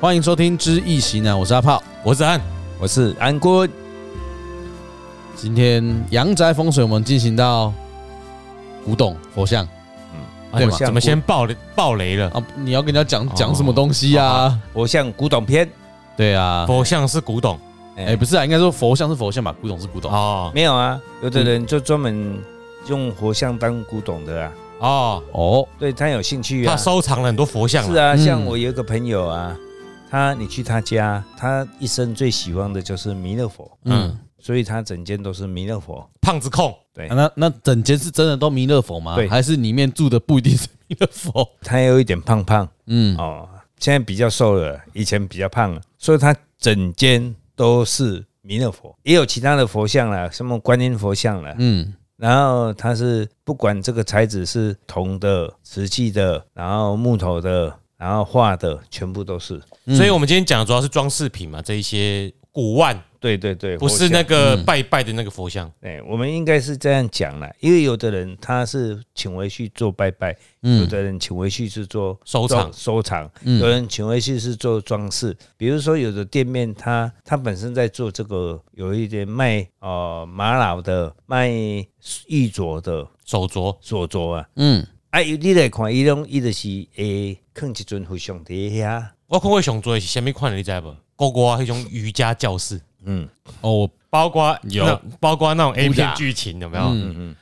欢迎收听《知易行难》，我是阿炮。我是安，我是安郭，今天阳宅风水，我们进行到古董佛像对嘛我像怎么先爆雷爆雷了？啊，你要跟人家讲哦讲什么东西好啊？我像古董片？对啊，佛像是古董哎，不是啊，应该说佛像是佛像吧，古董是古董。哦没有啊，嗯有的人就专门用佛像当古董的啊，哦，哦，对他有兴趣他啊。收藏了很多佛像是啊，啊，嗯像我有一个朋友啊，他你去他家，他一生最喜欢的就是弥勒佛，嗯，所以他整间都是弥勒佛。胖子控对啊，那那整间是真的都弥勒佛吗？对还是里面住的不一定是弥勒佛？他有一点胖胖嗯，哦，现在比较瘦了，以前比较胖了，所以他整间都是弥勒佛，也有其他的佛像啦，什么观音佛像啦，嗯，然后它是不管这个材质是铜的、瓷器的，然后木头的，然后画的，全部都是。嗯所以我们今天讲的主要是装饰品嘛，这一些古玩，对对对，不是佛像那个拜拜的那个佛像。哎，我们应该是这样讲啦，因为有的人他是请回去做拜拜，有嗯的人请回去是做收藏装收藏，有嗯人请回去是做装饰。比如说，有的店面它它本身在做这个，有一点卖呃玛瑙的、卖玉镯的、手镯锁镯啊，嗯，啊，伊你来看，伊拢伊就是会放一尊佛像伫遐，我看过熊镯是什么款的，你知道不？包括那种瑜伽教室，嗯，哦，我包括有包括那种 A 武打片剧情有没有？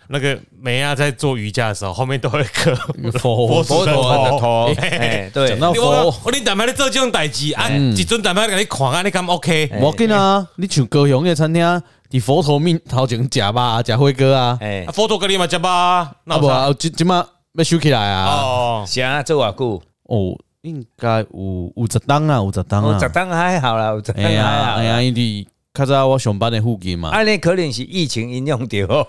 那个梅亚在做瑜伽的时候，后面都会刻。 佛佛陀的哦 头哎，对讲，到你我哦佛，哎嗯我哦你大麦在做这种代志啊，一阵大麦给你狂啊，你敢 OK？我跟啊，你去高雄的餐厅，你佛头面头前食肉啊，食火锅啊，哎啊，佛陀给你嘛吃吧，那啊有不啥啊，今今嘛要收起来啊。哦，啥做偌久？哦，应该有有十档啊，有十档我啊哦十。档还好啦，有十档哎还呀好哎呀，啦。因为较早我上班的附近嘛，啊，尼可能是疫情影响到，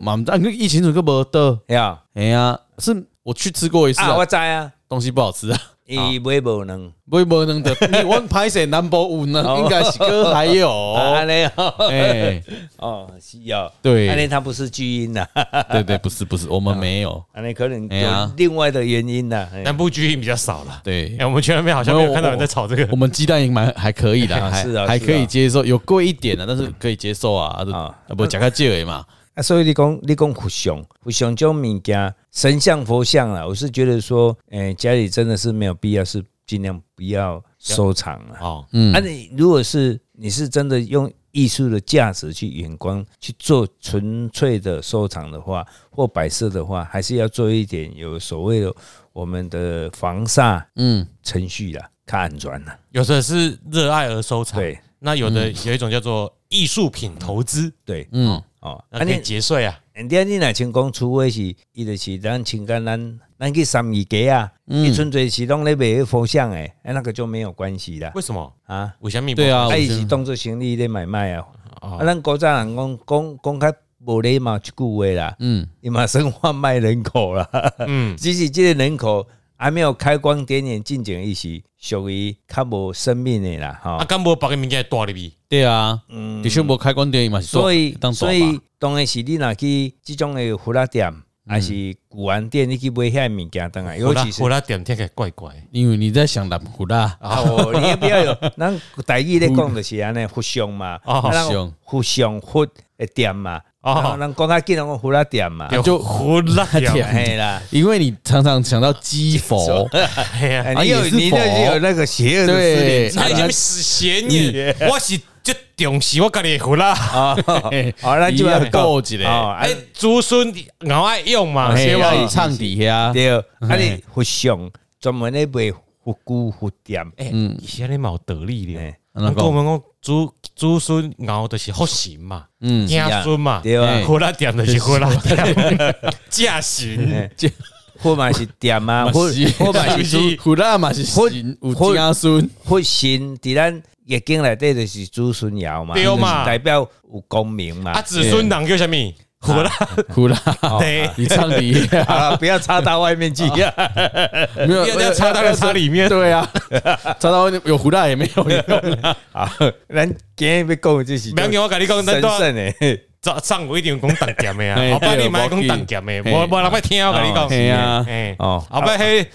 嘛毋知啊疫情怎个无倒？ 呀，哎呀，是我去吃过一次啊，啊我，知啊，东西不好吃啊。 伊买无能，不无能的， 你我拍摄 number one 呢，哦应该是哥还有，安尼哦， 哎，哦，是哦，对安尼他不是巨婴呐，对对，不是不是，我们没有， 安尼可能哎呀有另外的原因呐，哎南部居民比较少了。对哎、， 我们去那边好像没有看到人在炒这个我。们鸡蛋也蛮还可以的， 啊还是啊还是啊可以接受，有贵一点的，但是可以接受啊，啊就啊啊不，讲个借而嘛，啊，所以你讲你讲佛像，佛像这种物件，神像佛像啦，我是觉得说，诶、家里真的是没有必要，是尽量不要收藏啊。哦，嗯啊，你如果是你是真的用艺术的价值去眼光去做纯粹的收藏的话，或摆设的话，还是要做一点有所谓的我们的防煞嗯，程序啦，看安全啦。有的是热爱而收嗯藏，对那有的有一种叫做艺术品投资，对，嗯哦，那啊可以你节税啊。人家你若像讲，除非是伊就是咱请干咱咱去三义街啊，嗯伊嗯纯粹是拢咧卖迄佛像诶，哎那个就没有关系啦为什么？啊，五香米对啊啊我伊觉得是当做生意咧买卖啊，哦啊咱古早人讲讲讲较无礼貌一句话啦，嗯伊嘛生化卖人口啦，嗯， 只是这个人口还没有开光点眼进前，伊是属于较无生命的啦，吼、啊，干部把个民间多里比，对啊，嗯的确无开关电影嘛，是做所以当做所吧以当然是你若去即种的胡辣店，嗯还是古玩店，你去买遐物件当哎然，尤其是我那点天给怪怪。因为你在想南湖啦，啊， 哦你也不要 有，咱台语咧讲就是安尼互相嘛，哦啊咱互相互相互的店嘛，哦啊，咱讲较紧讲胡辣店嘛，有啊就啊胡 辣点点，嘿啦，因为你常常想到鸡 佛，哎 呀，哎啊你有也是你佛就是有那个邪恶的势力对，那你啊们死闲你，我是这重视我家己的胡辣， 啊，好，那一就要样够一个哦，哎哎，，子孙我爱用嘛，嘿是吧？啊唱底下，对，啊，你佛像专门咧卖佛菇佛店，哎，以前你嘛有道理了哎。我们跟我们讲子子孙熬的是福神嘛，嗯嗯，子孙嘛，啊对吧哎胡辣点的是胡辣点，假嗯神，佛嘛是店 啊，嘛佛是佛嘛是是是胡辣嘛是或神 有或子 孙，佛神，伫咱易经内底就是子孙爻嘛，对嘛就是代表有功名嘛啊，。子孙人叫什么？胡辣胡辣，对，哦你唱底 下好了，不要插到外面去 呀！没有要要插到插里 面对 啊，插到有胡辣也没有用啊，啊，咱今天要讲的就是不要紧我跟你讲咱神都要圣的，早上我一定讲当咸的嘿啊，后摆对你莫没讲记当咸的，嘿无无人要听我跟你哦讲，嘿啊哎，哦后摆迄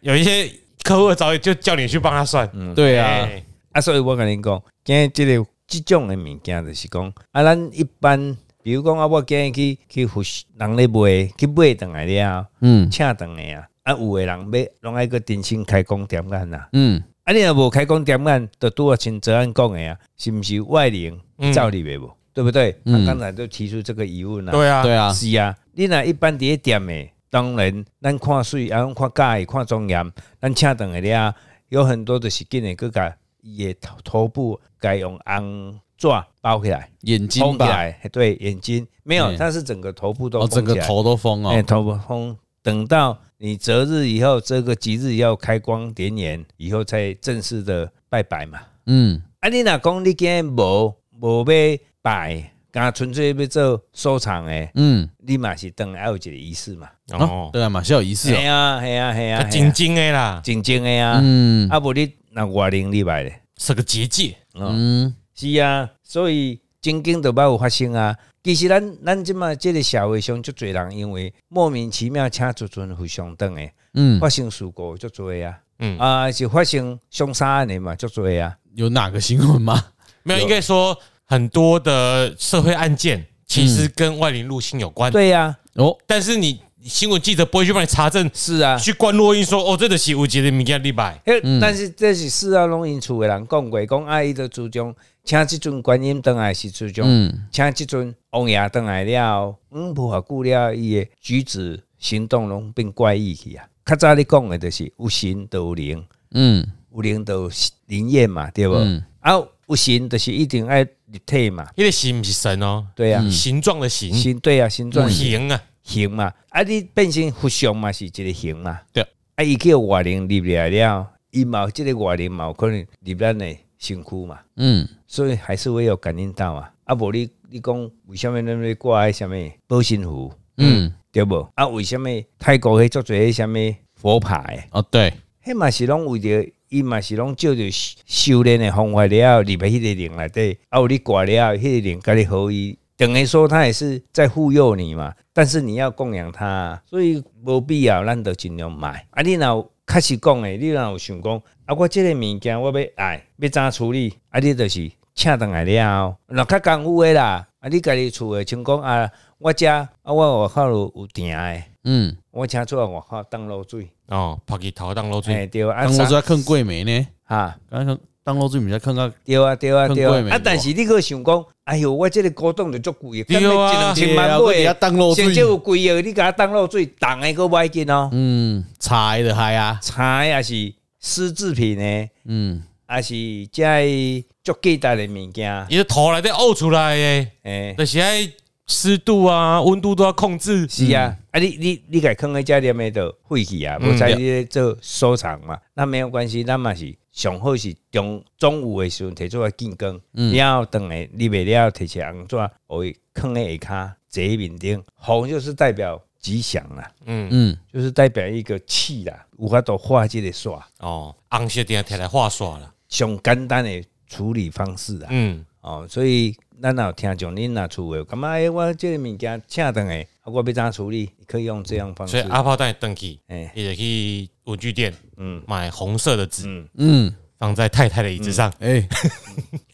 有一些客户的找你就叫你去帮他算，对啊，哎啊，所以我跟你讲，今日这个这种的物件就是讲，啊，咱一般，比如讲啊，我今日去去服侍人咧卖，去买回来了，嗯请回来啊，啊，有的人买，拢爱个重新开工点眼啊，嗯，啊，你若无开工点眼，就拄啊，像昨安讲的啊，是毋是外灵嗯照你袂无？对不对？嗯啊，刚才都提出这个疑问啊。对啊，对啊，是啊，你若一般伫咧店诶，当然咱看水，啊，咱看价，看庄严，咱请顿诶了，有很多就是紧诶，佮甲伊诶头头部该用红纸包起来，眼睛封起吧，来，对，眼睛没有嗯，它是整个头部都哦，封整个起来，头都疯哎，哦，头部封。等到你择日以后，这个吉日要开光点眼以后，才正式的拜拜嘛。嗯啊，你若讲你今日无无要拜，干纯粹要做收藏诶，嗯，你嘛是等还有一个仪式嘛。哦哦，，对啊，嘛是有仪式系哦，啊系啊系啊，紧紧的啦，竞争的啊，嗯啊无你那外零礼拜咧，是个结界，嗯，嗯是啊，所以竞争都捌有发生啊。其实咱咱即嘛即个社会上足侪人，因为莫名其妙请足阵互相等的，嗯，发生事故足侪啊，嗯，啊是发生凶杀案的嘛足侪啊，有哪个新闻吗？没有，应该说很多的社会案件其实跟外灵入侵有关，对啊，哦，但是你新闻记者不会去帮你查证，是啊。去关录音说哦，这个是有一个物件礼拜，迄但是这是事后拢因厝的人讲过，讲啊伊都注重请即阵观音倒来是注重嗯请即阵王爷倒来了，嗯，无偌久了，伊的举止行动拢变怪异去啊。较早你讲的就是有神就有灵，嗯有灵就有灵验嘛，对无？嗯啊，有神就是一定爱立体嘛，那个形不是神哦，对啊，形状的形，形对啊，形状是形啊，形嘛，啊，你变成佛像嘛是一个形嘛，对，啊，伊叫外灵入来了，伊嘛有即个外灵嘛有可能入咱的身躯嘛，嗯所以还是会有感应到啊。啊，无你你讲为什么咱咧挂迄什物保身符？嗯，对无？啊，为什物泰国迄足侪迄什物佛牌哦对，的？迄嘛是拢为着，伊嘛是拢照着修修炼的方法了后，入去迄个灵内底，啊，有你挂了后，迄、个灵甲你合一，等于说他也是在护佑你嘛。但是你要供养他啊，所以无必要，咱就尽量买。啊，你若有确实讲的，你若有想讲，啊，我即个物件我要爱，要怎处理？啊，你就是请倒来了，若较功夫的啦，啊，你家己厝的，像讲啊，我遮啊，我外口有有订的。嗯，我请出来外口当漏水，哦，跑去头当漏哎、水，对啊，当啥我在看桂梅呢，啊，刚刚当我最比较看到，对啊，对啊，更对贵没啊，啊有，但是你个想讲，哎哟，我这个古董就足贵的，对啊根本一两千万我买给他的，当漏甚水至，有贵的，你给它当漏水，重的个买紧哦，嗯，柴的嗨啊，茶也是丝制品的，嗯也是这足记得的物件，哎、你的头来再呕出来耶，那现在湿度啊、温度都要控制，是啊，嗯啊你你你给放在家里面就废去啊，无在你咧做收藏嘛，那没有关系，咱嘛是上好是中中午的时候摕出来见光，嗯然后等下你袂了摕起红纸，互伊放在下骹坐在面顶，红就是代表吉祥啦，嗯，嗯，就是代表一个气啦，有法度化这个煞，哦，红色点摕来画刷了，上简单的处理方式啊。嗯，哦，所以咱若有听从恁若厝诶，感觉诶，我即个物件请等诶，啊我要怎处理？可以用这样方所式以。阿炮带你登去，哎你就去文具店，嗯嗯，买红色的纸嗯，放在太太的椅子上，哎，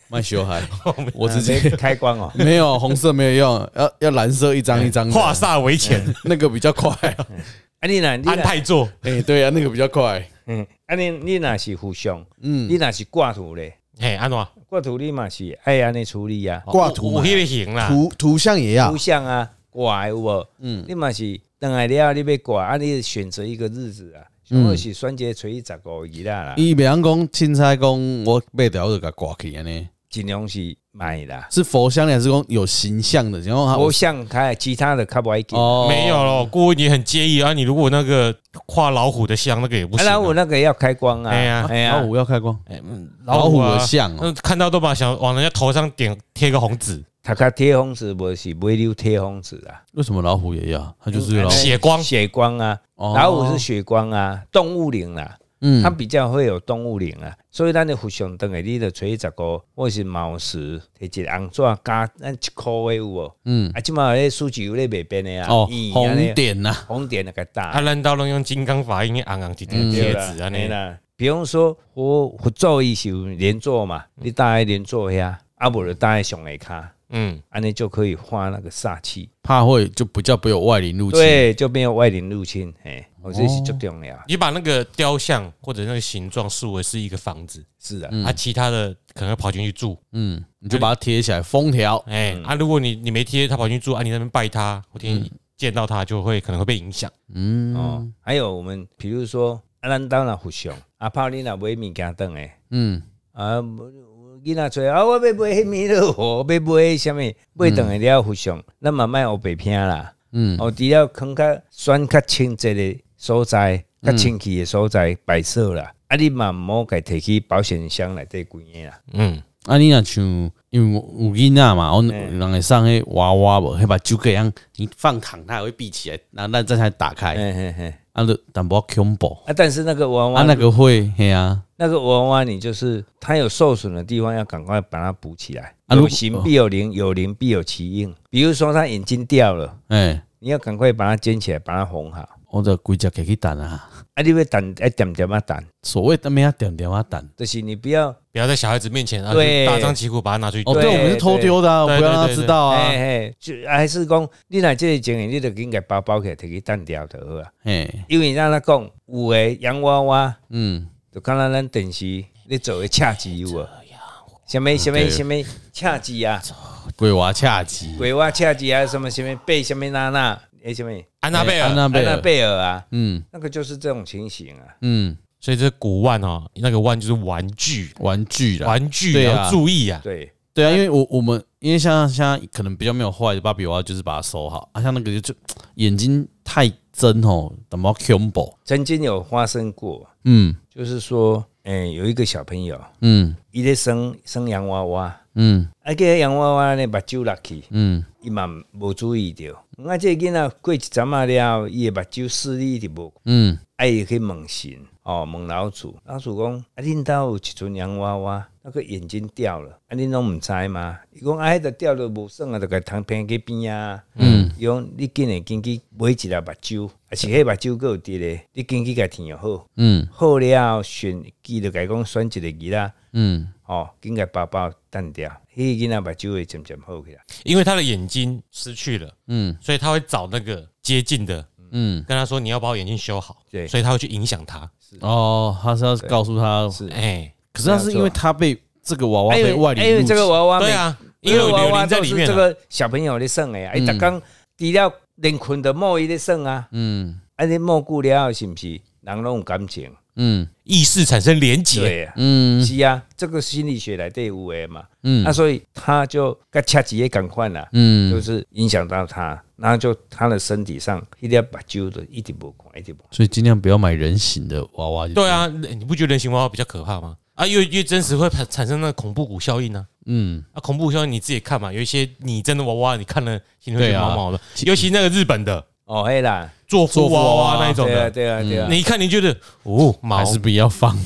卖小 孩，我直接。啊要开光哦没哎有红色没有用，要要蓝色一张一张的，化煞为钱，那个比较 快， 啊，你若你安若泰座，哎，对啊，那个比较快，嗯，啊你你若是互相，嗯你，若是挂图咧，嘿，安怎挂图你嘛是爱安尼处理啊， 挂图有嘛迄个型啦，图图像也要互，相啊挂的有无？嗯你嘛是等来了你要挂，啊你选择一个日子啊，上好是选一个初一十五日啦啦，伊袂晓讲，凊彩讲我买条就甲挂起安尼，尽量是买啦。是佛像的还是讲有形象的？然后他我像开其他的较不爱紧。啊，啊哦没有咯，顾问你很介意啊，你如果那个画老虎的像那个也哎不行然后啊，我那个要开光啊，哎呀哎老呀，虎要开光，哎嗯啊老虎的啊像哦，嗯看到都把想往人家头上点贴个红纸，他卡贴红纸无是买溜贴红纸啊，为什么老虎也要？它嗯就是老虎，血光血光啊，哦然后哎我是血光啊，动物灵啦、它嗯比较会有动物灵啊，所以咱的佛像灯的，你着找十个，或是毛石，摕一个红纸加咱一箍的有无？嗯啊，即马咧数据有咧袂变的啊，哦圆，的红啊点呐，红点那个啊，大，咱到拢用金刚法印红红一点嗯贴啦纸安啊嘿尼，啦，比方说佛佛祖伊是有连坐嘛，嗯你大概连坐呀，啊无就大概上下骹，嗯，安尼就可以化那个煞气，怕会就比较不会有外灵入侵。对，就没有外灵入侵，哎，我这是哦最重要的，你把那个雕像或者那个形状视为是一个房子，是的，啊，其他的可能要跑进去住，嗯，你就把它贴起来，封条。哎、啊，如果你你没贴，他跑进去住啊，你在那边拜他，我天天见到他就会可能会被影响，嗯，哦，还有我们比如说，啊，咱当然互相，啊，怕你若买物件等诶，嗯，啊，囡仔找啊，我要买迄米勒火， 我要买什物，买等下了互相，咱嘛卖学白片啦，嗯，哦，除了坑较选较清洁的所在，较嗯清气的所在摆设啦，啊，你嘛毋好家摕去保险箱内底关诶啦，嗯，啊，你若像因为有囡仔嘛，我人会送迄娃娃无，迄把酒这样，你放躺它会闭起来，然后咱再才打开，嘿嘿嘿，啊，就淡薄恐怖。啊，但是那个娃娃，啊，那个会，嘿啊，那个娃娃，你就是它有受损的地方，要赶快把它补起来。啊如有形必有灵，有灵必有其应。比如说它眼睛掉了，哎，你要赶快把它捡起来，把它缝好。我就规只给去等啊。啊，你要等，要点点啊等，所谓的咩啊，点点啊等。就是你不要，不要在小孩子面前啊，对大张旗鼓把它拿出去哦，丢，对，我们是偷丢的啊，我对不要让他对对知道哎、啊。嘿，就还是讲，你来这个情形，你就应该包包起来，摕去等掉就好啊。嘿，因为咱来讲，有的洋娃娃，嗯，就敢若咱电视咧做的恰子有无？什么什么对什么恰子啊，嗯鬼娃恰吉，鬼娃恰子啊，什么什么贝什么娜娜，诶什么？安娜贝哎安尔，娜贝安尔娜，贝尔啊，嗯那个就是这种情形啊。嗯，所以这古玩哦，那个玩就是玩具，玩具啦，玩具对啊要注意啊，对，对啊，因为我我们因为像像可能比较没有坏的芭比娃娃，就是把它收好啊，像那个就就眼睛太真哦，怎么 combo？曾经有发生过，嗯就是说，哎、有一个小朋友，嗯伊咧生生洋娃娃，嗯啊，这个洋娃娃呢，目睭落去，嗯伊嘛无注意到，啊，这个囡仔过一阵仔了，伊的目睭视力就无，嗯啊，伊去问神，哦，问老祖，老祖讲，啊，恁兜有一尊洋娃娃，那个眼睛掉了，啊，恁拢毋知嘛？伊讲，啊，迄个掉了无算啊，就甲通偏去边啊。嗯，伊讲你紧诶紧去买一粒目睭，啊是迄目睭还有伫咧，你紧去甲填好，嗯好了后选，记着甲伊讲选一个囡仔，嗯，哦，紧甲包包等掉，迄个囡仔目睭会渐渐好起来。因为他的眼睛失去了，嗯所以他会找那个接近的，嗯，跟他说你要把我眼睛修好，对所以他会去影响他，哦，他是要告诉他，是哎，可是他是因为他被这个娃娃被外因力入为侵这个娃娃，对，啊，因因为为有娃牛娃铃在都里是面这啊，嗯个小朋友咧耍诶，啊，伊逐工除了连困的摸伊咧耍啊，嗯安尼摸久了后是毋是人拢有感情？嗯意识产生连结，对啊，嗯是啊，这个心理学内底有诶嘛，嗯啊，所以他就甲恰吉也共款啦。就嗯，是影响到他，然后就他的身体上一点把揪的，一直不管，一直不管。所以尽量不要买人形的娃娃。对，啊，你不觉得人形娃娃比较可怕吗？啊，越越真实会产产生那个恐怖谷效应呢、嗯，啊。啊，恐怖谷效应你自己看嘛，有一些拟真的娃娃，你看了心里会觉对得啊毛毛的，尤其那个日本的哦，嘿啦，做作夫夫娃娃娃娃那一种对啊，的，嗯对啊，对啊。你一看你觉得哦毛还，是不要放。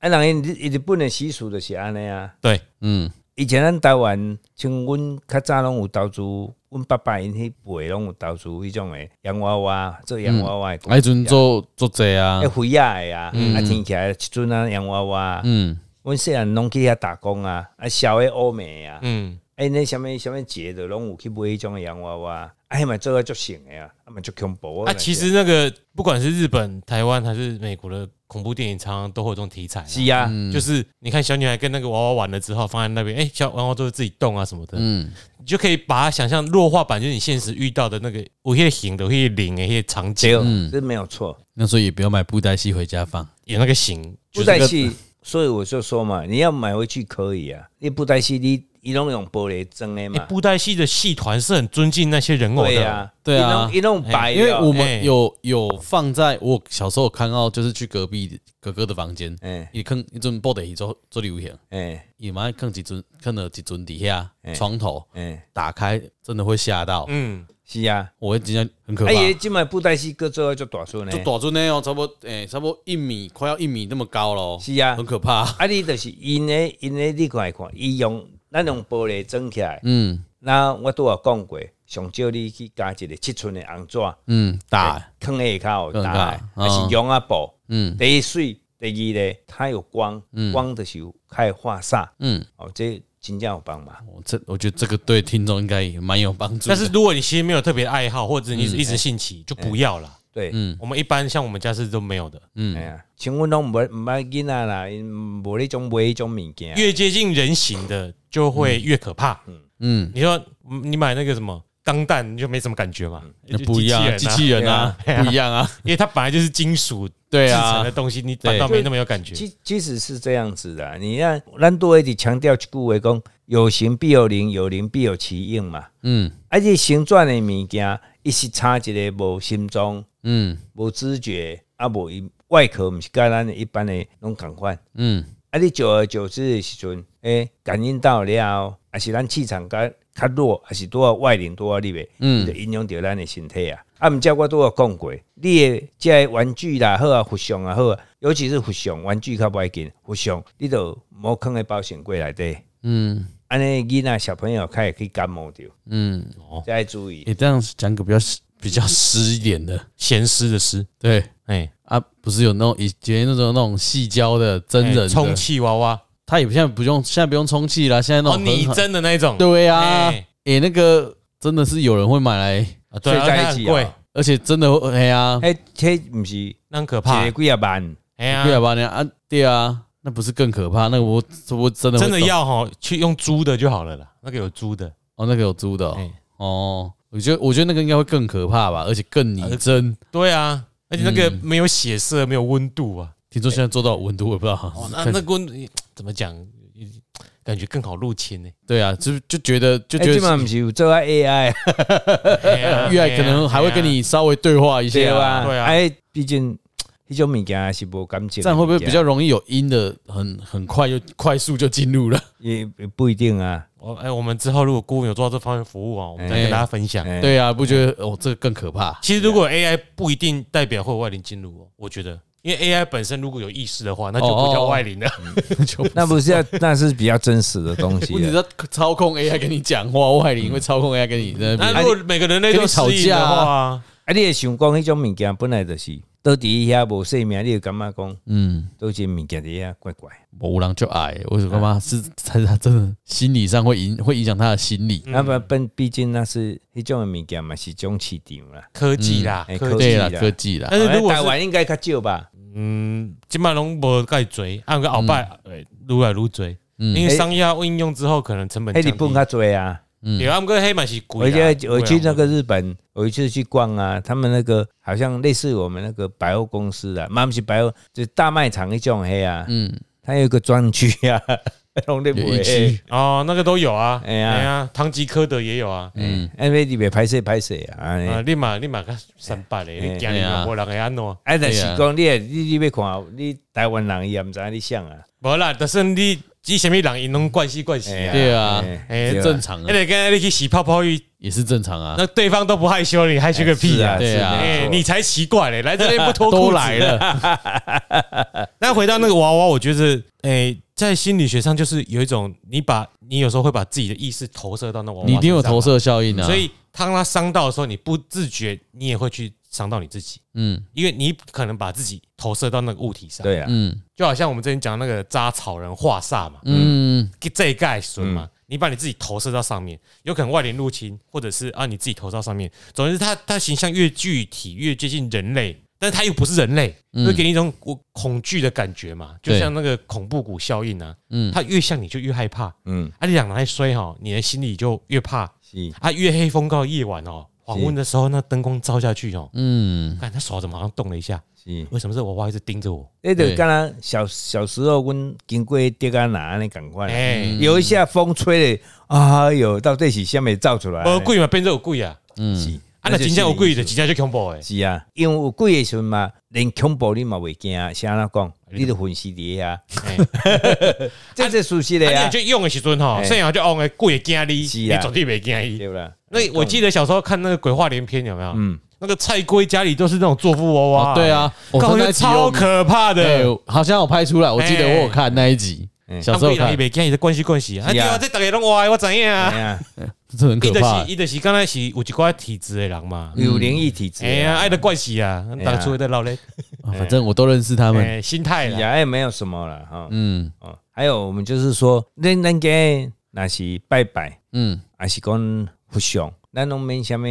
啊，人伊日本的习俗就是安尼啊。对，嗯以前咱台湾，像阮较早拢有投资，阮爸爸因迄辈拢有投资迄种的洋娃娃，做洋娃娃的公司啊。啊，迄阵做做这啊迄，肥仔的啊，嗯啊，听起来一阵啊洋娃娃，嗯阮细汉拢去遐打工啊，啊，小的欧美啊，嗯，哎，那什物什物节的拢有去买迄种的洋娃娃，啊，迄嘛做啊足成的啊，啊嘛足恐怖的啊，其实那个不管是日本、台湾还是美国的恐怖电影，常常都会有这种题材啊、是啊，就是你看小女孩跟那个娃娃玩了之后，放在那边，哎、小娃娃都会自己动啊什么的，嗯你就可以把它想象弱化版，就是你现实遇到的那个我些形的、我些灵、那些场景，对，嗯这没有错。那时候也不要买布袋戏回家放。有那个形，就布是那欸袋个戏，所以我就说嘛，你要买回去可以啊。你布袋戏，你伊拢用玻璃装的欸嘛，布袋戏的戏团是很尊敬那些人偶对的，啊，对啊伊拢摆因为了我哎们有有放在我小时候有看到，就是去隔壁哥哥的房间，哎伊坑一阵布袋戏做做流行，哎伊妈坑一尊坑了一尊底下哎床头哎，打开，真的会吓到，嗯，是啊。我会真的很可啊，怕。伊即卖布袋戏搁做啊，足大孙呢就。大尊那哦，差不多诶、差不多一米，快要一米那么高咯，是啊很，可怕。啊，你就是因诶，因诶，你看看，伊用咱用玻璃装起来。嗯那我拄有讲过，上少你去加一个七寸的红纸，嗯，打囥下骹有放打下的，还是嗯绒啊布，嗯第一水，第第二呢，它有光，光的是有开化煞，嗯，哦，这真正有帮忙。我这我觉得这个对听众应该也蛮有帮助的。嗯哎但是如果你其实没有特别的爱好，或者你一直兴起，就不要啦。对，我们一般像我们家是都没有的，嗯哎呀，请问拢无毋捌囡仔啦，因无迄种买迄种物件，越接近人形的就会越可怕。嗯，你说嗯你买那个什么钢弹，你就没什么感觉嘛？那就不一样啊，机机器器人啊人啊，对啊不一样 啊，因为它本来就是金属对制成啊的，东西，你反倒没那么有感觉。哎其其实是这样子的啊。你看，咱多一直强调一句话讲，有形必有灵，有灵必有其应嘛。嗯而且形转的物件，一是差一个无心中、嗯无知觉，啊无伊外壳，毋是甲咱一般的拢共款。嗯啊，你久而久之的时阵，诶、感应到了，啊是咱气场较较弱，还是多少外灵多少入面，嗯，就影响到咱的身体啊。啊，毋则我拄有讲过，你的这些玩具啦好啊，佛像啊好啊，尤其是佛像玩具较不要紧，佛像你都无放在保险柜内底，嗯安尼囡仔小朋友较会去感冒着，嗯，这要注意。你这样讲个比较比较湿一点 的，咸湿的湿，对哎，啊，不是有那种以前那种那种细胶的真人哎的充，气娃娃，它也现在不用，现在不用充气啦，现在那哦，种拟很好真的那一种，对啊，哎诶，那个真的是有人会买来，啊对啊，睡在它一很起贵啊，而且真的会哎呀，迄迄毋是一那很可怕个。几啊万，哎对啊呀，吧？你啊，对啊，那不是更可怕？那个我我真的会真的懂要哈，去用租的就好了啦，那个有租的，哦，那个有租的哦哎哦，我觉得我觉得那个应该会更可怕吧，而且更拟真。对啊，而且那个没有血色，没有温度啊。听说现在做到有温度，我也不知道。 哦，那那个温度怎么讲？感觉更好入侵 呢、对啊，就就觉得就哎，觉即嘛得毋是有做啊 AI 啊哎呀越来可能还会哎跟你稍微对话一对下啊，啊，对啊哎，毕竟迄种物件是无感情的物件，这样会不会比较容易有阴的，很很快就快速就进入了？也也不一定啊？我哎、我们之后如果顾问有做到这方面服务啊，我们再跟大家分享。哎对啊，不觉得哦，这个更可怕？其实如果 AI 不一定代表会有外灵进入、哦，我觉得，因为 AI 本身如果有意识的话，那就不叫外灵了。那不是要， 那是比较真实的东西 啊问题了。是它操控 AI 跟你讲话，外灵会操控 AI 跟你在那边那如果每个人类都适应的话啊，啊，你也想讲，迄种物件本来就是，倒伫遐无生命，你就感觉讲，嗯，倒一个物件伫遐怪怪。我狼就矮，为什么嘛？是他他真的心理上会影会影响他的心理。那么本啊毕竟那是迄种的物件嘛，是一种市场啦。科技啦，嗯哎科科技，技对啦，啦哎科技啦，但是如果台是湾应该较少吧？嗯，金马龙无盖追，按个鳌拜，哎愈来愈追，因为商业化应用之后，可能成本迄降低日本较多啊。对啊，我们跟黑马是我贵记啊，得我去那个日本，我一次去逛啊，他们那个好像类似我们那个百货公司啊，嘛不是百货，就是大卖场一种黑啊，嗯，它有一个专区啊，弄得不有一会区，哦，那个都有啊，哎哎呀呀，唐吉诃德也有啊，嗯，因为你别拍摄拍摄啊，哎啊，立马立马个三百嘞，你哎惊哎呀你无人会安怎？哎，但是对啊讲你也，你你要看，你台湾人伊也毋知影你想啊，无啦，但是你以前物人因拢惯习惯习啊，对啊哎是正常那啊，得跟你去洗泡泡浴，也是正常啊。那对方都不害羞，你害羞个屁啊！对啊哎，你才奇怪嘞，来这哎边不脱 裤都子来。 了，那回到那个娃娃，我觉得，哎，在心理学上就是有一种，你把你有时候会把自己的意识投射到那娃娃，你一定有投，射效应啊。所，以当他伤到的时候，你不自觉，你也会去伤到你自己。嗯因为你可能把自己投射到那个物体上，，对啊，嗯就好像我们之前讲那个扎草人化煞嘛，嗯，这一盖损嘛，你把你自己投射到上面，有可能外灵入侵，或者是啊你自己投射到上面，总之它它形象越具体，越接近人类，但是它又不是人类，会给你一种恐恐惧的感觉嘛，就嗯对像那个恐怖谷效应啊，嗯它越像你就越害怕，嗯，啊你两来摔哈，你的心里就越怕，是，啊越黑风高的夜晚哦，黄昏的时候那灯光照下去哦，嗯，看他手怎么好像动了一下，是，为什么是娃娃一直盯着我？那对就敢若小小时候，阮经过迪迦拿安尼共款，哎，有一下风吹的，哎哟，到底是虾米造出来嗯的？哎无贵嘛，变成有贵啊，是，啊那真正有鬼贵的，真正就恐怖诶。是啊，因为有鬼的时阵嘛，连恐怖你嘛袂惊，是安怎讲？你都分析伫遐， 哎这是熟悉的啊，呀你，就用的时阵哎吼，嘿剩下就用的鬼会惊你，是你啊绝对袂惊伊。对啦。那我记得小时候看那个鬼话连篇有没有？嗯嗯，那个菜龟家里都是那种作妇娃哦娃，对，啊，我感说那觉一集有哎超可怕对的。，啊好像有拍出来，我记得哎我有看那一集，嗯小时候他看们，袂哎惊伊的关系关系啊，啊是对啊啊，这大家拢歪，我知影哎啊。呀，这很伊可就是怕。伊就是，刚才是有一寡体质的人嘛。有灵异体质哎啊，呀，爱的关系啊，呀当初在闹咧。啊反正我都认哎识他们。啊哎，心态啦，也没有什么了哈。嗯哦，还有我们就是说，恁咱家那是拜拜，嗯还是讲互相，咱拢免什么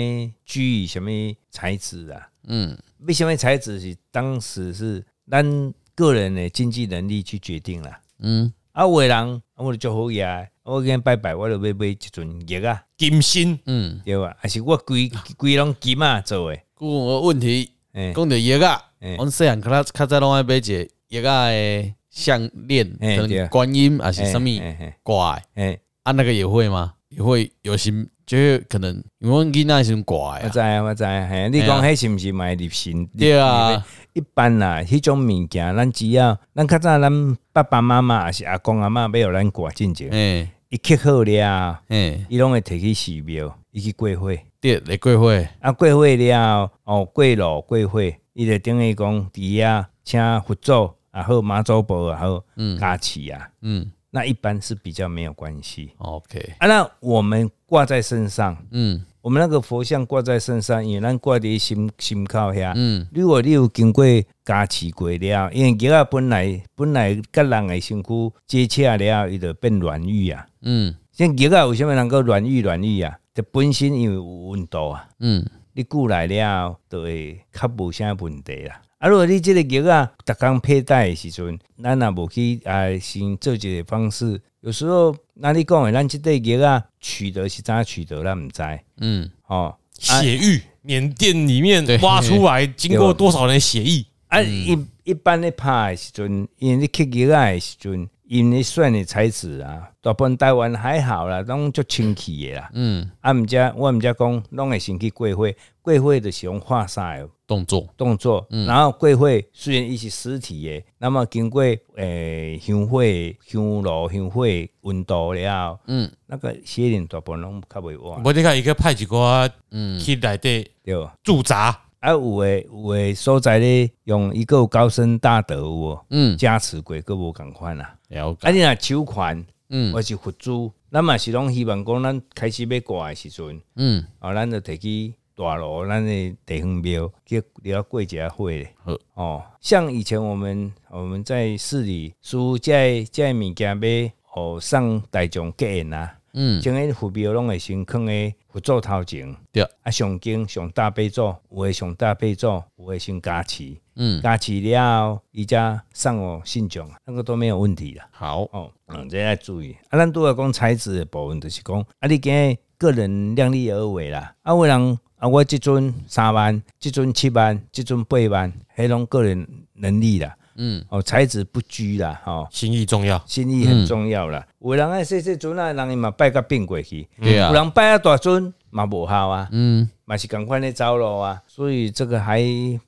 具什么才子啊？嗯为什么才子是当时是咱个人的经济能力去决定啦？嗯，啊，有的人啊我就做好业，啊我跟拜拜，我就要买一阵药啊，金心嗯，对吧？还是我规规拢金啊做诶，顾我问题，哎诶、讲到药啊欸，阮细汉较早较早拢爱买一个药啊的项链，欸可对能啊观音还是诶什哎么诶诶挂的，诶，啊那个也会吗？也会有心，就会可能因为阮囡仔的时阵挂我的啊，知啊，我知啊，嘿，你讲嘿迄是毋是买入神？对啊，一般啦，迄种物件，咱只要咱较早咱爸爸妈妈还是阿公阿嬷要互咱挂进前，诶伊刻好了，诶，伊拢会摕去寺庙，伊去过火。哎对，来过会，啊，过会了哦，过路过会，伊就等于讲伫遐请佛祖啊，好妈祖婆啊，好加持啊，嗯那一般是比较没有关系，OK，啊。那我们挂在身上，嗯我们那个佛像挂在身上，因为咱挂伫心心口遐。嗯如果你有经过加持过了，因为药啊本来本来甲人的身躯接洽了，伊就变软玉啊。嗯像药啊，为什么能够软玉软玉啊？就本身因为有温度啊。嗯你久来了，就会较无啥问题啦。啊，如果你即个药啊，逐工佩戴的时阵，咱也无去啊，先做一个方式。有时候，那你讲的，咱即块药啊，取得是怎取得，咱毋知嗯，哦。啊血玉，缅甸里面哎对挖出来，经过多少人血议？啊，一一般咧拍的时阵，因为你刻药啊的时阵，因咧选的材质啊，大部分台湾还好啦，拢足清气的啦。嗯，啊，毋则我毋则讲，拢会先去过火，过火就是用化哦煞的。动作，动作，嗯然后贵会虽然伊是实体的，那么经过诶香火、香炉、香火温度了，嗯，那个血淋大部分拢较袂活，我你看一个派一个嗯去内底对吧。驻扎，啊，有诶有诶所在咧，用一有高深大德有无嗯，加持过佫无共款啦。了解，啊，你若手环嗯或是佛珠，咱嘛是拢希望讲咱开始要挂诶时阵，嗯，哦，咱就摕去大楼，咱的地方庙去了过一下火咧好。哦，像以前我们我们在市里，师傅这这物件要哦送大众给人啊，嗯像迄佛庙拢会先放诶佛祖头前，对啊上经上大悲咒，有诶上大悲咒，有诶先加持，嗯，加持了，伊才送哦信众，那个都没有问题啦。好，哦，嗯，这要注意。啊，咱拄要讲材质的部分，就是讲啊，你今个人量力而为啦。啊，有人啊，我即阵三万，即阵七万，即阵八万，迄拢个人能力啦。嗯，哦，材质不拘啦，哦，心意重要。心意很重要啦。有人爱说说阵啊，人伊嘛拜甲变过去，对有啊，人拜啊大阵嘛无效啊，嗯嘛是共款咧走路啊。所以这个还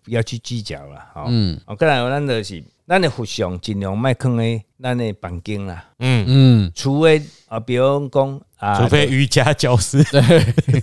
不要去计较啦。哦，嗯哦，再来咱就是咱的佛像尽量莫放咧咱的房间啦。嗯，嗯，除非啊，比如讲啊，除非瑜伽教师，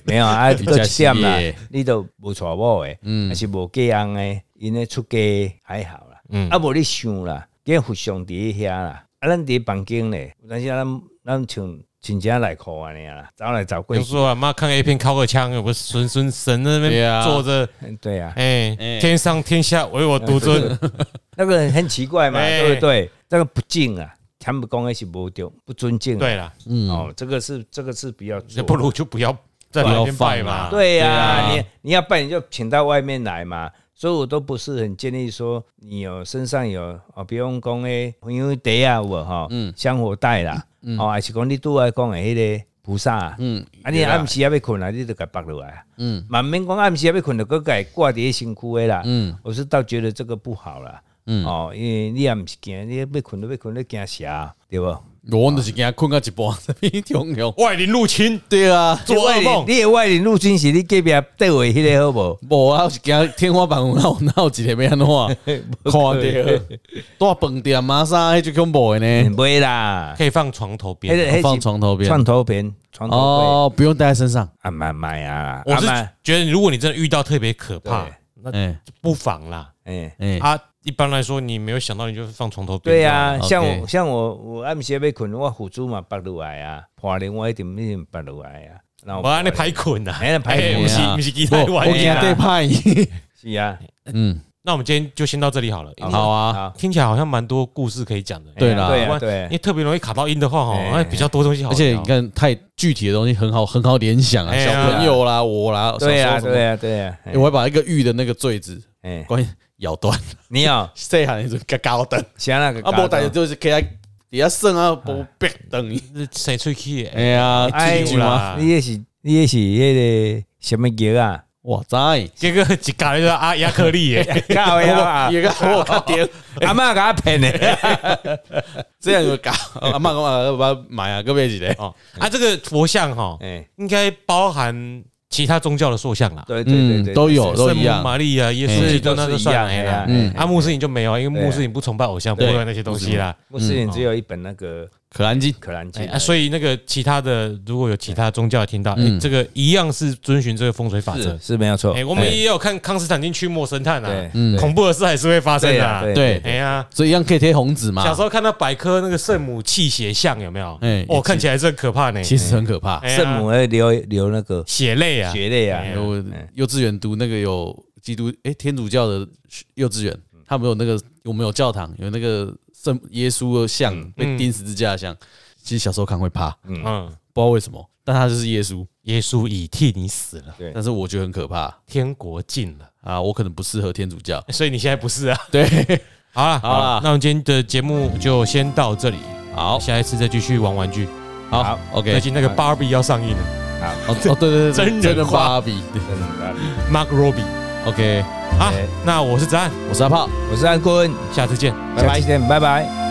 没 有啊，比较个一点啦是的，你都无娶某的，嗯还是无嫁人的，因咧出家还好啦，嗯啊无你想啦，计佛像伫遐啦，啊咱伫房间咧，有当时啊咱咱像亲戚内裤安尼啊啦，走来走过就去，说啊，妈看 A 片靠个枪，我孙孙神在那对边啊坐着，对啊，哎哎，天上天下唯我独尊， 那个很奇怪嘛，哎对不对？这个不敬啊，他们讲的是无对，不尊敬啊，对啦， 嗯，哦，这个是这个是比较做那不如就不要在不要那边拜放啊嘛啦。对呀、对你你要办你就请到外面来嘛。所以我都不是很建议说你有身上有哦，比如讲诶，朋友袋啊，有无吼，嗯香火袋啦，哦，还是讲你拄来讲诶迄个菩萨啊，嗯啊，你暗时啊要困啊，你就甲绑落来啊，嗯嘛免讲暗时啊要困，就搁甲挂伫咧身躯诶啦。嗯我是倒觉得这个不好啦，嗯，哦，因为你也毋是惊，你要困都要困，你惊啥，对无？我就是惊困到一半，这边中用，外灵入侵，对啊，做噩梦你的外人入侵是你隔壁对位迄个好无？无啊，我是惊天花板有哪有哪有一个要安 怎样看到，大饭店啊啥，迄就恐怖的呢，袂啦，可以放床头迄边。个迄放是床头边，床头边，嗯床头柜，哦，不用带在身上，啊买买啊，我啊是买，觉得，如果你真的遇到特别可怕对，那哎不妨啦。哎，哎，啊，一般来说，你没有想到，你就放床头边。对啊， OK 像我像我我暗时要困，我辅助嘛拔落来啊，破铃我一定一定拔落来啊，然我安那尼排捆啊，哎那排捆哎不是哎呀不是其他我我玩惊意对啊，派，是啊，嗯那我们今天就先到这里好了，因为好啊，好，听起来好像蛮多故事可以讲的。对啦对不啊然对因啊为特别容易卡到音的话，哈，哎那比较多东西好而哦聊。且你看太具体的东西很好，很好联想啊，哎小呀啊朋友啦，我啦，对呀呀，对呀，对呀，哎我还把一个玉的那个坠子哎，关于咬断， 你哦，细汉那阵较高等，想那个啊，无代就是起来底下算啊，无逼等伊，是谁出去？哎呀，哎记住啊，你也是你也是那个什么 药啊？我知。这个一搞就是阿亚克力 耶，靠呀啊！也个我靠 点，阿嬷给他 骗的，这样就搞， 阿妈讲啊，要不要买啊，个别一个，哦，啊，这个佛像哈，哎，应该包含其他宗教的塑像啦，对对对嗯，对，都有都圣一母样，玛利亚、耶稣基督那都就是一样算哎没呀啦。嗯啊，穆斯林就没有，因为对啊穆斯林不崇拜偶像，不对会有那些东西啦。穆斯林只有一本那个可安静，可兰经哎啊，所以那个其他的，如果有其他宗教听到，哎嗯这个一样是遵循这个风水法则是。是没有错哎，，我们哎也有看康斯坦丁驱魔神探啊对，，嗯，恐怖的事还是会发生对的呀，啊。对哎呀，所以一样可以贴红纸嘛。小时候看到百科那个圣母泣血像有没有？哎哦，看起来是很可怕呢，其实很可怕。哎呀圣母会流流那个血泪啊，血泪啊哎，呀我幼稚园读那个有基督诶天主教的幼稚园，他们有那个我们有教堂有那个圣耶稣的像被钉十字架的像，其实小时候看会怕，不嗯，知道为什么，但他就是耶稣，耶稣已替你死了，对但是我觉得很可怕天国近了，啊，我可能不适合天主教。所以你现在不是啊。对，好了，好啦那我们今天的节目就先到这里，好下一次再继续玩玩具。 好好，OK，最近那个好 Barbie 要上映了哦哦对对对，真人化芭比对真的啊，Mark Robbie。 ，OK，好哎，那我是子安，我是阿炮。我是安坤，下次见。拜拜下期见，拜拜。